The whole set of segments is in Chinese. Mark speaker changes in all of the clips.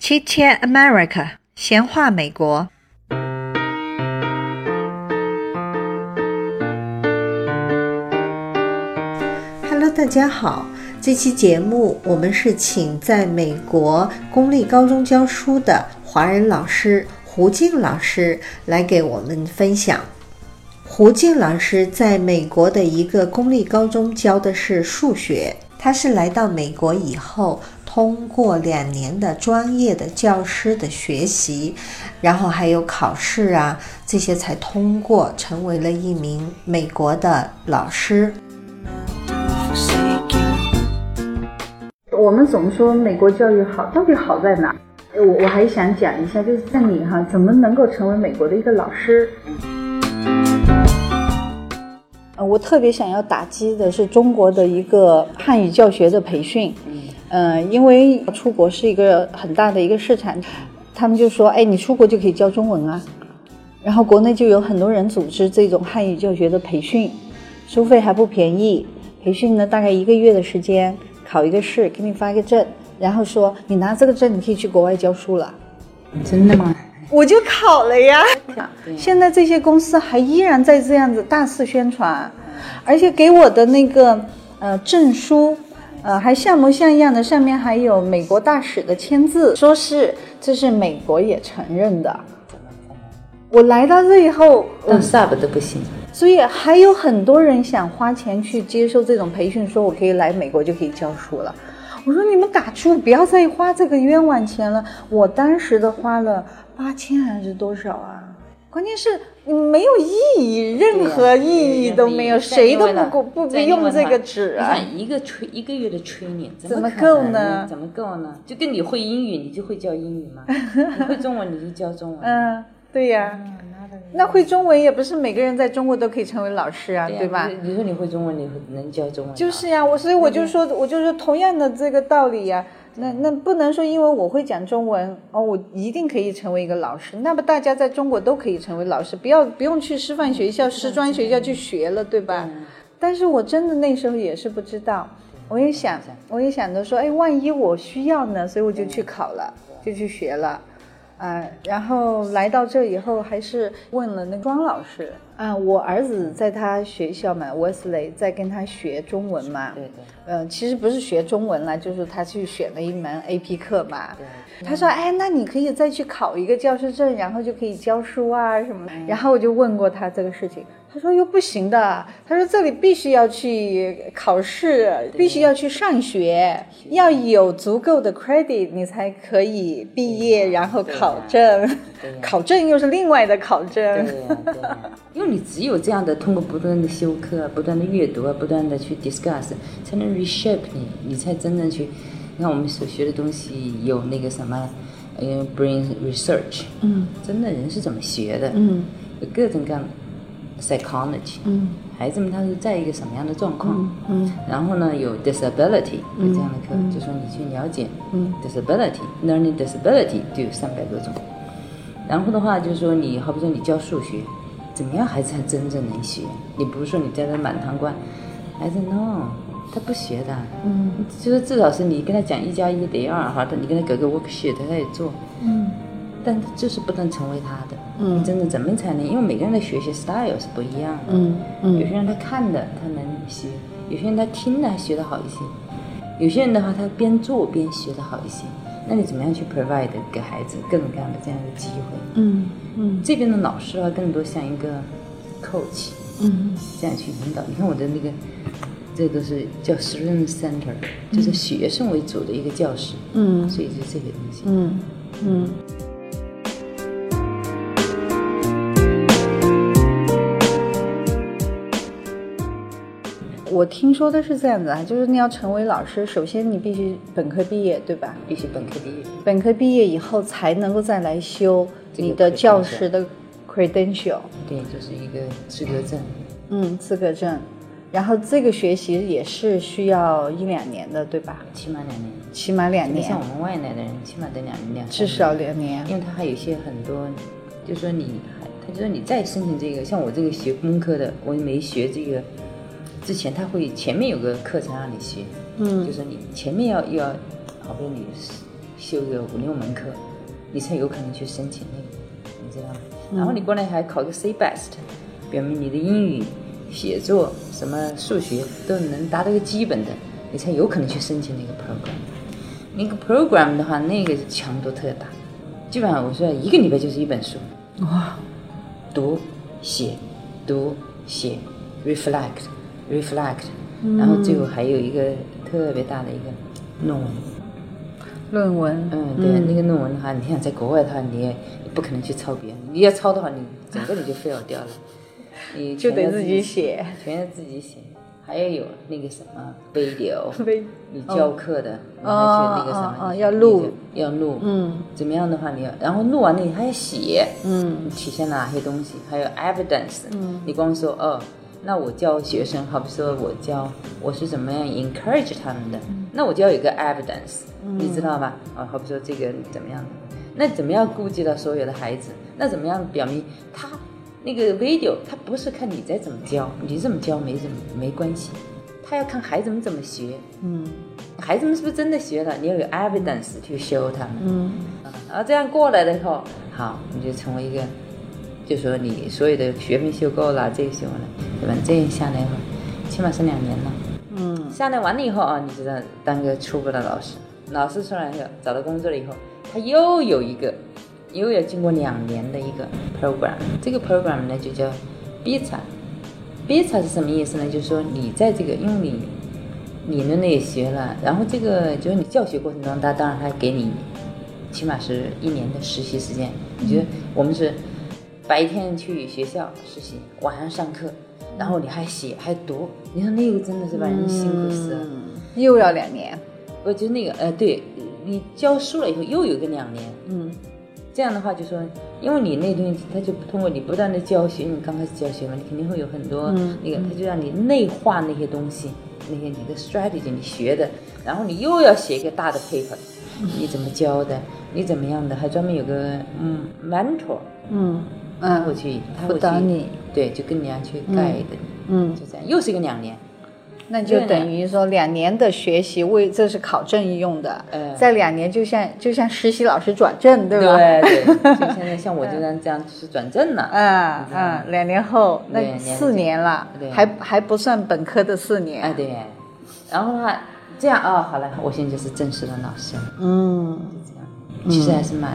Speaker 1: Chit Chat America，闲话美国。Hello，大家好。这期节目我们是请在美国公立高中教书的华人老师胡静老师来给我们分享。胡静老师在美国的一个公立高中教的是数学，他是来到美国以后，通过两年的专业的教师的学习，然后还有考试啊这些才通过，成为了一名美国的老师。
Speaker 2: 我们总说美国教育好，到底好在哪？我我还想讲一下，就是像你哈，怎么能够成为美国的一个老师？呃，我特别想要打击的是中国的一个汉语教学的培训，嗯、呃，因为出国是一个很大的一个市场，他们就说，哎，你出国就可以教中文啊，然后国内就有很多人组织这种汉语教学的培训，收费还不便宜，培训呢大概一个月的时间，考一个试，给你发一个证，然后说你拿这个证，你可以去国外教书了。
Speaker 3: 真的吗？
Speaker 2: 我就考了呀。现在这些公司还依然在这样子大肆宣传，而且给我的那个呃证书，呃还像模像样的，上面还有美国大使的签字，说是这是美国也承认的。我来到这以后，嗯
Speaker 3: 当 sub 都不行。
Speaker 2: 所以还有很多人想花钱去接受这种培训，说我可以来美国就可以教书了。我说你们打住，不要再花这个冤枉钱了。我当时的花了八千还是多少啊？关键是没有意义，任何意义都没有，谁都不够不不用这个纸啊！
Speaker 3: 一个吹一个月的 training
Speaker 2: 怎
Speaker 3: 么
Speaker 2: 么够
Speaker 3: 呢？
Speaker 2: 呢
Speaker 3: 怎么够呢？就跟你会英语，你就会教英语 吗？你会中文，你就教中文。
Speaker 2: 嗯，对呀、那会中文也不是每个人在中国都可以成为老师啊，对吧？
Speaker 3: 你说你会中文，你会能教中文？
Speaker 2: 就是呀、我所以我就说，我就说同样的这个道理呀、那那不能说因为我会讲中文哦，我一定可以成为一个老师。那么大家在中国都可以成为老师，不要不用去师范学校、师专学校去学了，对吧？但是我真的那时候也是不知道，我也想，我也想着说，哎，万一我需要呢，所以我就去考了，就去学了。啊，然后来到这以后，还是问了那庄老师啊，我儿子在他学校嘛，Wesley 在跟他学中文嘛，
Speaker 3: 对对
Speaker 2: 呃，其实不是学中文啦，就是他去选了一门 AP 课嘛。
Speaker 3: 对，
Speaker 2: 他说：“哎，那你可以再去考一个教师证，然后就可以教书啊什么。”
Speaker 3: 嗯
Speaker 2: 然后我就问过他这个事情，他说：“又不行的。”他说：“这里必须要去考试，必须要去上学，要有足够的 credit，你才可以毕业，然后
Speaker 3: 对呀
Speaker 2: 考证
Speaker 3: 对呀。
Speaker 2: 考证又是另外的考证。
Speaker 3: 对呀、对呀、啊因为你只有这样的通过不断的修课、不断的阅读啊、不断的去 discuss，才能 reshape 你，你才真正去。你看我们所学的东西有那个什么，呃，brain research，嗯，真的人是怎么学的，嗯，有各种各样的 psychology，嗯，孩子们他是在一个什么样的状况，嗯，然后呢有 disability 有这样的课，就说你去了解，嗯，disability，learning disability 就有三百多种，然后的话就是说你，好比说你教数学，怎么样孩子才真正能学？你不是说你在那满堂灌，孩子 no，他不学的。嗯，就是至少是你跟他讲一加一等于二，好的，你跟他搞个 worksheet，他也做。嗯，但就是不能成为他的。嗯，你真的怎么才能？因为每个人的学习 style 是不一样的。嗯嗯，有些人他看的他能学，有些人他听的还学得好一些。有些人的话，他边做边学的好一些。那你怎么样去 provide 给孩子各种各样的这样的机会？嗯嗯，这边的老师啊，更多像一个 coach，嗯，这样去引导。你看我的那个，这个是叫 student center，、就是学生为主的一个教室，嗯，所以就这个东西，嗯。
Speaker 2: 我听说的是这样子啊，就是你要成为老师，首先你必须本科毕业，对吧？
Speaker 3: 必须本科毕业，
Speaker 2: 本科毕业以后才能够再来修
Speaker 3: 这个
Speaker 2: 你的教师的 credential，
Speaker 3: 对，就是一个资格证，
Speaker 2: 嗯，资格证。然后这个学习也是需要一两年的，对吧？
Speaker 3: 起码两年。嗯
Speaker 2: 起码两
Speaker 3: 你
Speaker 2: 年
Speaker 3: 像，我们外来的人，起码得两两三
Speaker 2: 至
Speaker 3: 年
Speaker 2: 少两年。
Speaker 3: 因为他还有一些很多，就说你还，他就说你再申请这个，像我这个学工科的，我没学这个之前，他会前面有个课程让你学，嗯，就说你前面要要，好比你学修个五六门课，你才有可能去申请那个，你知道吗？然后你过来还考个 C Best，表明你的英语、写作、什么数学都能达到一个基本的，你才有可能去申请那个 program。那个 program 的话，那个强度特大，基本上我说一个礼拜就是一本书，
Speaker 2: 哇，
Speaker 3: 读、写、读、写，reflect、reflect，然
Speaker 2: 嗯
Speaker 3: 后最后还有一个特别大的一个论文。
Speaker 2: 论文，
Speaker 3: 嗯，对，那个论文的话，你想在国外的话，你也你不可能去抄别人，你要抄的话，你整个你就 fail 掉了，你
Speaker 2: 就
Speaker 3: 全
Speaker 2: 得
Speaker 3: 要
Speaker 2: 自
Speaker 3: 自
Speaker 2: 己，写。
Speaker 3: 全要自己写。还要有那个什么 video，
Speaker 2: Vid-
Speaker 3: 你教课的，你
Speaker 2: 哦
Speaker 3: 还去那个什么，
Speaker 2: 哦哦
Speaker 3: 你
Speaker 2: 要录，
Speaker 3: 你就要录，
Speaker 2: 嗯，
Speaker 3: 怎么样的话，你要，然后录完了你还要写，
Speaker 2: 嗯，
Speaker 3: 你体现了哪些东西，还有 evidence，嗯，你光说哦，那我教学生，好比说我教我是怎么样 encourage 他们的，
Speaker 2: 嗯
Speaker 3: 那我就要有一个 evidence，、你知道吧？哦，好比说这个怎么样，那怎么样顾及到所有的孩子？那怎么样表明他那个 video，他不是看你在怎么教，你怎么教没怎么没关系，他要看孩子们怎么学，孩子们是不是真的学了？你要有 evidence 去 show 他们。嗯，然后这样过来了以后，好，你就成为一个，就说你所有的学分修够了，这个修完了，对吧？这样下来的话，起码是两年了。嗯，下来完了以后啊，你知道当个初步的老师，老师出来以后找到工作了以后，他又有一个，又要经过两年的一个 program，这个 program 呢就叫 BISA。BISA 是什么意思呢？就是说你在这个，因为你理论的也学了，然后这个就是你教学过程中，他当然还给你起码是一年的实习时间。你觉得我们是白天去学校实习，晚上上课，然后你还写还读，你说那个真的是把人辛苦死了。
Speaker 2: 嗯又要两年，
Speaker 3: 我觉得那个呃，对你教书了以后又有个两年，嗯，这样的话就说，因为你那东西它就通过你不断的教学，你刚开始教学嘛，你肯定会有很多、
Speaker 2: 嗯
Speaker 3: 那个，它就让你内化那些东西，那些你的 strategy 你学的，然后你又要写一个 大的 paper，你怎么教的，你怎么样的，还专门有个嗯 mentor，
Speaker 2: 嗯
Speaker 3: 他
Speaker 2: 嗯
Speaker 3: 会去他
Speaker 2: 辅
Speaker 3: 会
Speaker 2: 导
Speaker 3: 去
Speaker 2: 你，
Speaker 3: 对，就跟人家去 guide，
Speaker 2: 嗯，
Speaker 3: 就这样，又是一个两年。
Speaker 2: 那就等于说两年的学习为这是考证用的，
Speaker 3: 嗯
Speaker 2: 在两年就像就像实习老师转正，对吧？
Speaker 3: 对对，就现在 像我这样这样就是转正了，
Speaker 2: 嗯
Speaker 3: 你知道吗
Speaker 2: 嗯，两年后
Speaker 3: 对
Speaker 2: 那
Speaker 3: 两年
Speaker 2: 四年了
Speaker 3: 对，
Speaker 2: 还还不算本科的四
Speaker 3: 哎
Speaker 2: 年，
Speaker 3: 对，然后的话，这样哦，好了，我现在就是正式的老师了，
Speaker 2: 嗯，
Speaker 3: 就这样，其实还是蛮，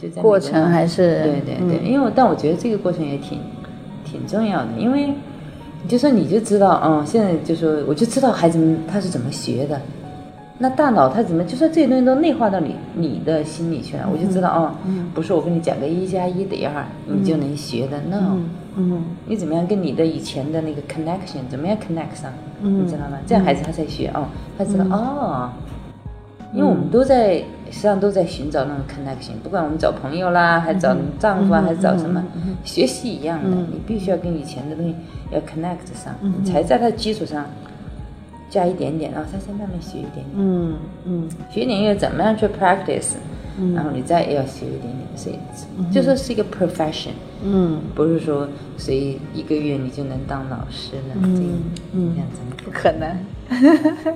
Speaker 3: 就在
Speaker 2: 过程还是嗯
Speaker 3: 对对对，因为我但我觉得这个过程也挺挺重要的，因为就说你就知道，嗯，现在就说我就知道孩子们他是怎么学的，那大脑他怎么就说这些东西都内化到你你的心里去了，我就知道哦，
Speaker 2: 嗯
Speaker 3: 不是我跟你讲个一加一等于二，你就能学的，no，
Speaker 2: 嗯
Speaker 3: 你怎么样跟你的以前的那个 connection 怎么样 connect 上，你知道吗？这样孩子他才学哦，他知道、哦，因为我们都在实际上都在寻找那种 connection，不管我们找朋友啦，还找丈夫啊，还是找什么，学习一样的，你必须要跟以前的东西要 connect 上，你才在它的基础上加一点点，然后他再慢慢学一点点，
Speaker 2: 嗯嗯
Speaker 3: 学一点又怎么样去 practice，、然后你再要学一点点，所以就说是一个 profession。
Speaker 2: 嗯，
Speaker 3: 不是说谁一个月你就能当老师呢？
Speaker 2: 嗯
Speaker 3: 这个这样子，
Speaker 2: 不可能，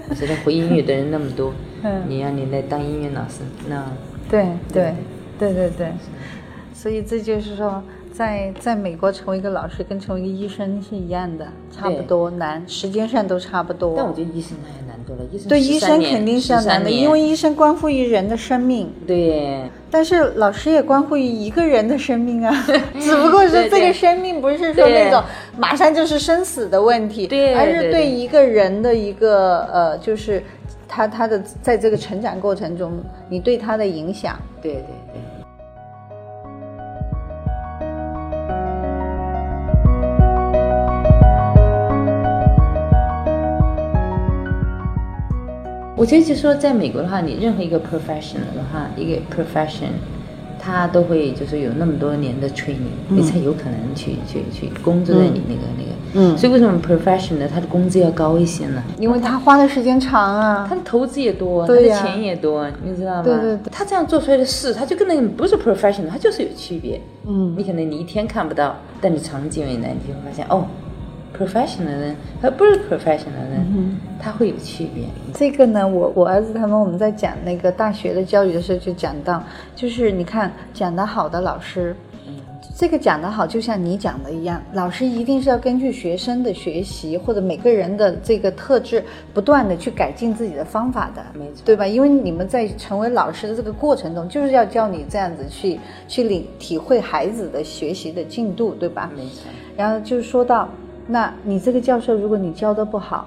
Speaker 3: 我觉得回音乐的人那么 多，
Speaker 2: 嗯
Speaker 3: 你让你来当音乐老师，那
Speaker 2: 对对对对对，所以这就是说，在在美国成为一个老师跟成为一个医生是一样的，差不
Speaker 3: 对
Speaker 2: 多难，时间上都差不多。
Speaker 3: 但我觉得医生还难多了，医生
Speaker 2: 对
Speaker 3: 13
Speaker 2: 医生
Speaker 3: 年
Speaker 2: 肯定是要难的，
Speaker 3: 13年
Speaker 2: 因为医生关乎于人的生命，
Speaker 3: 对
Speaker 2: 但是老师也关乎于一个人的生命 啊， 只不过是
Speaker 3: 对对
Speaker 2: 这个生命不是说那
Speaker 3: 对
Speaker 2: 种马上就是生死的问题，
Speaker 3: 对
Speaker 2: 而
Speaker 3: 对
Speaker 2: 是对
Speaker 3: 对
Speaker 2: 一个人的一个呃，就是他他的在这个成长过程中，你对他的影响。
Speaker 3: 对对对。我觉得就说，在美国的话，你任何一个 professional 的话，一个 profession，他都会就是有那么多年的 training，、你才有可能去去去工作在你那个、那个。嗯。所以为什么 professional 他的工资要高一些呢？
Speaker 2: 因为他花的时间长啊
Speaker 3: 他，的投资也多，
Speaker 2: 对呀
Speaker 3: 他的钱也多，你知道吗？
Speaker 2: 对对对
Speaker 3: 他这样做出来的事，他就跟那个不是 professional，他就是有区别。嗯，你可能你一天看不到，但你长久以来，你就会发现哦， professional 人和不是 professional 人，
Speaker 2: 嗯
Speaker 3: 他会有区别。
Speaker 2: 这个呢，我我儿子他们我们在讲那个大学的教育的时候就讲到，就是你看讲得好的老师，这个讲得好就像你讲的一样，老师一定是要根据学生的学习或者每个人的这个特质，不断的去改进自己的方法的，
Speaker 3: 没错
Speaker 2: 对吧？因为你们在成为老师的这个过程中，就是要教你这样子去去领体会孩子的学习的进度，对吧？
Speaker 3: 没错，
Speaker 2: 然后就是说到，那你这个教授，如果你教的不好，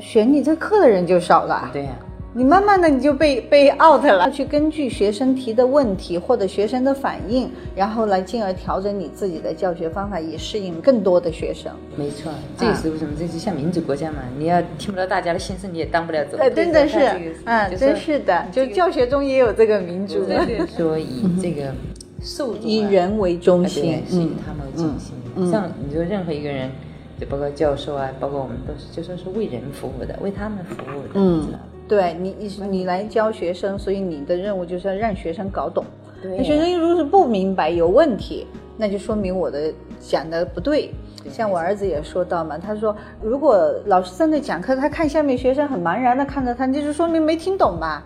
Speaker 2: 选你这课的人就少了。
Speaker 3: 对呀、
Speaker 2: 你慢慢的你就被被 out 了，要去根据学生提的问题或者学生的反应，然后来进而调整你自己的教学方法，以适应更多的学生。
Speaker 3: 没错，这也
Speaker 2: 啊
Speaker 3: 是为什么这就像民主国家嘛，你要听不到大家的心声，你也当不了总统。
Speaker 2: 呃，真的是
Speaker 3: 他这个，
Speaker 2: 嗯，
Speaker 3: 就
Speaker 2: 真是的，就教学中也有这个民主，
Speaker 3: 对对，说以这个受众啊
Speaker 2: 以嗯人为中
Speaker 3: 啊
Speaker 2: 心嗯
Speaker 3: 对，是以他们为中心。像你说任何一个人，就包括教授啊，包括我们都是，就说是为人服务的，为他们服务的，嗯，知道吗？
Speaker 2: 对你，你你来教学生，所以你的任务就是要让学生搞懂。
Speaker 3: 对
Speaker 2: 那学生如果是不明白有问题，那就说明我的讲的不对。像我儿子也说到嘛，他说如果老师在那讲课，他看下面学生很茫然的看着他，那就说明没听懂吧。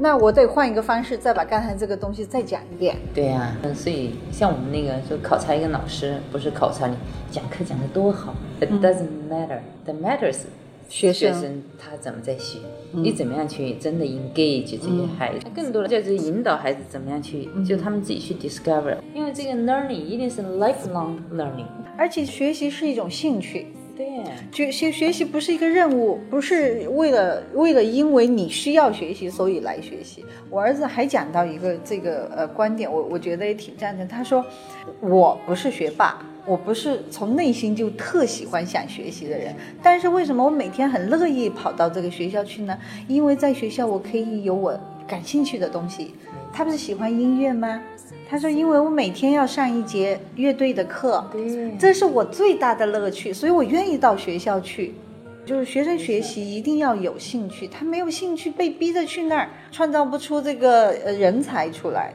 Speaker 2: 那我得换一个方式，再把刚才这个东西再讲一遍。
Speaker 3: 对呀、嗯，所以像我们那个就考察一个老师，不是考察你讲课讲得多好，it doesn't matter, the matters
Speaker 2: 嗯学
Speaker 3: 学
Speaker 2: 生
Speaker 3: 生他怎么在学，你怎么样去真的 engage 这些孩
Speaker 2: 嗯
Speaker 3: 子，更多的就是引导孩子怎么样去，就他们自己去 discover，因为这个 learning 一定是 lifelong learning。
Speaker 2: 而且学习是一种兴趣，
Speaker 3: 对，啊
Speaker 2: 学学学习不是一个任务，不是为了为了因为你需要学习所以来学习。我儿子还讲到一个这个呃观点，我我觉得也挺赞成。他说，我不是学霸，我不是从内心就特喜欢想学习的人，但是为什么我每天很乐意跑到这个学校去呢？因为在学校我可以有我感兴趣的东西。他不是喜欢音乐吗？他说，因为我每天要上一节乐队的课，
Speaker 3: 对啊
Speaker 2: 这是我最大的乐趣，所以我愿意到学校去。就是学生学习一定要有兴趣，他没有兴趣被逼着去那儿，创造不出这个呃人才出来。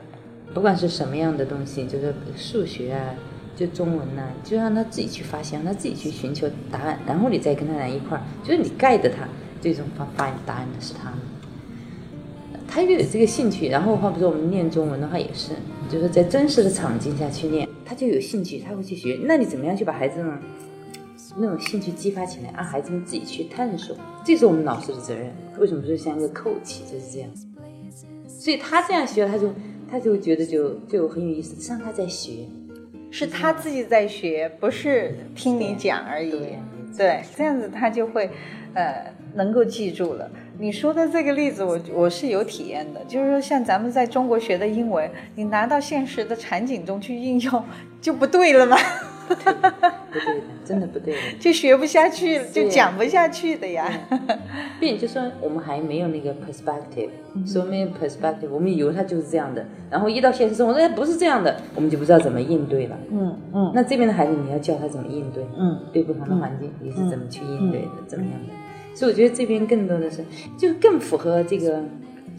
Speaker 3: 不管是什么样的东西，就是数学啊，就中文呐、就让他自己去发现，让他自己去寻求答案，然后你再跟他在一块儿，就是你 guide 他，最终发发现答案的是他们。他就有这个兴趣，然后话不是我们念中文的话也是，就是在真实的场景下去念，他就有兴趣，他会去学。那你怎么样去把孩子呢那种兴趣激发起来，让孩子们自己去探索？这是我们老师的责任。为什么说像一个 coach 就是这样？所以他这样学，他就他就觉得就就很有意思，像他在学。
Speaker 2: 是他自己在学，不是听你讲而已。
Speaker 3: 对
Speaker 2: 对这样子他就会，呃，能够记住了。你说的这个例子我，我是有体验的，就是说像咱们在中国学的英文，你拿到现实的场景中去应用，就不对了吗？
Speaker 3: 不对的，真的不对的。
Speaker 2: 就学不下去了，
Speaker 3: 对
Speaker 2: 就讲不下去的呀。
Speaker 3: 并且就说我们还没有那个 perspective，说没有 perspective，我们以为它就是这样的，然后一到现实生活，哎，不是这样的，我们就不知道怎么应对了。
Speaker 2: 嗯嗯。
Speaker 3: 那这边的孩子，你要教他怎么应对，
Speaker 2: 嗯，
Speaker 3: 对不同的环境你是怎么去应对的，怎么样的？所以我觉得这边更多的是，就更符合这个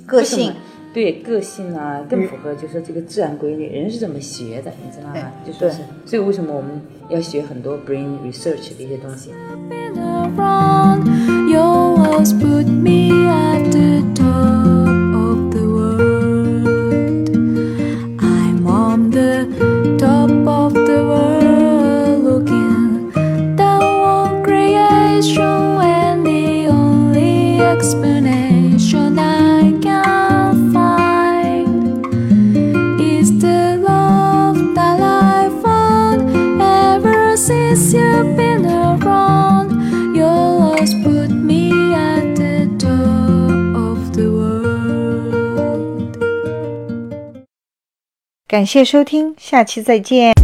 Speaker 2: 个
Speaker 3: 为什么
Speaker 2: 性，
Speaker 3: 对个性啊，更符合就是这个自然规律，人是怎么学的，你知道吗？就说
Speaker 2: 对
Speaker 3: 是，所以为什么我们要学很多 brain research 的一些东西？
Speaker 4: been around, you always put me at the top of the world. I'm on the top of the world, looking down on creation when the only explanation I can find is the love that I found ever since you've been around. You always put me at the top of the world.
Speaker 2: 感谢收听，下期再见。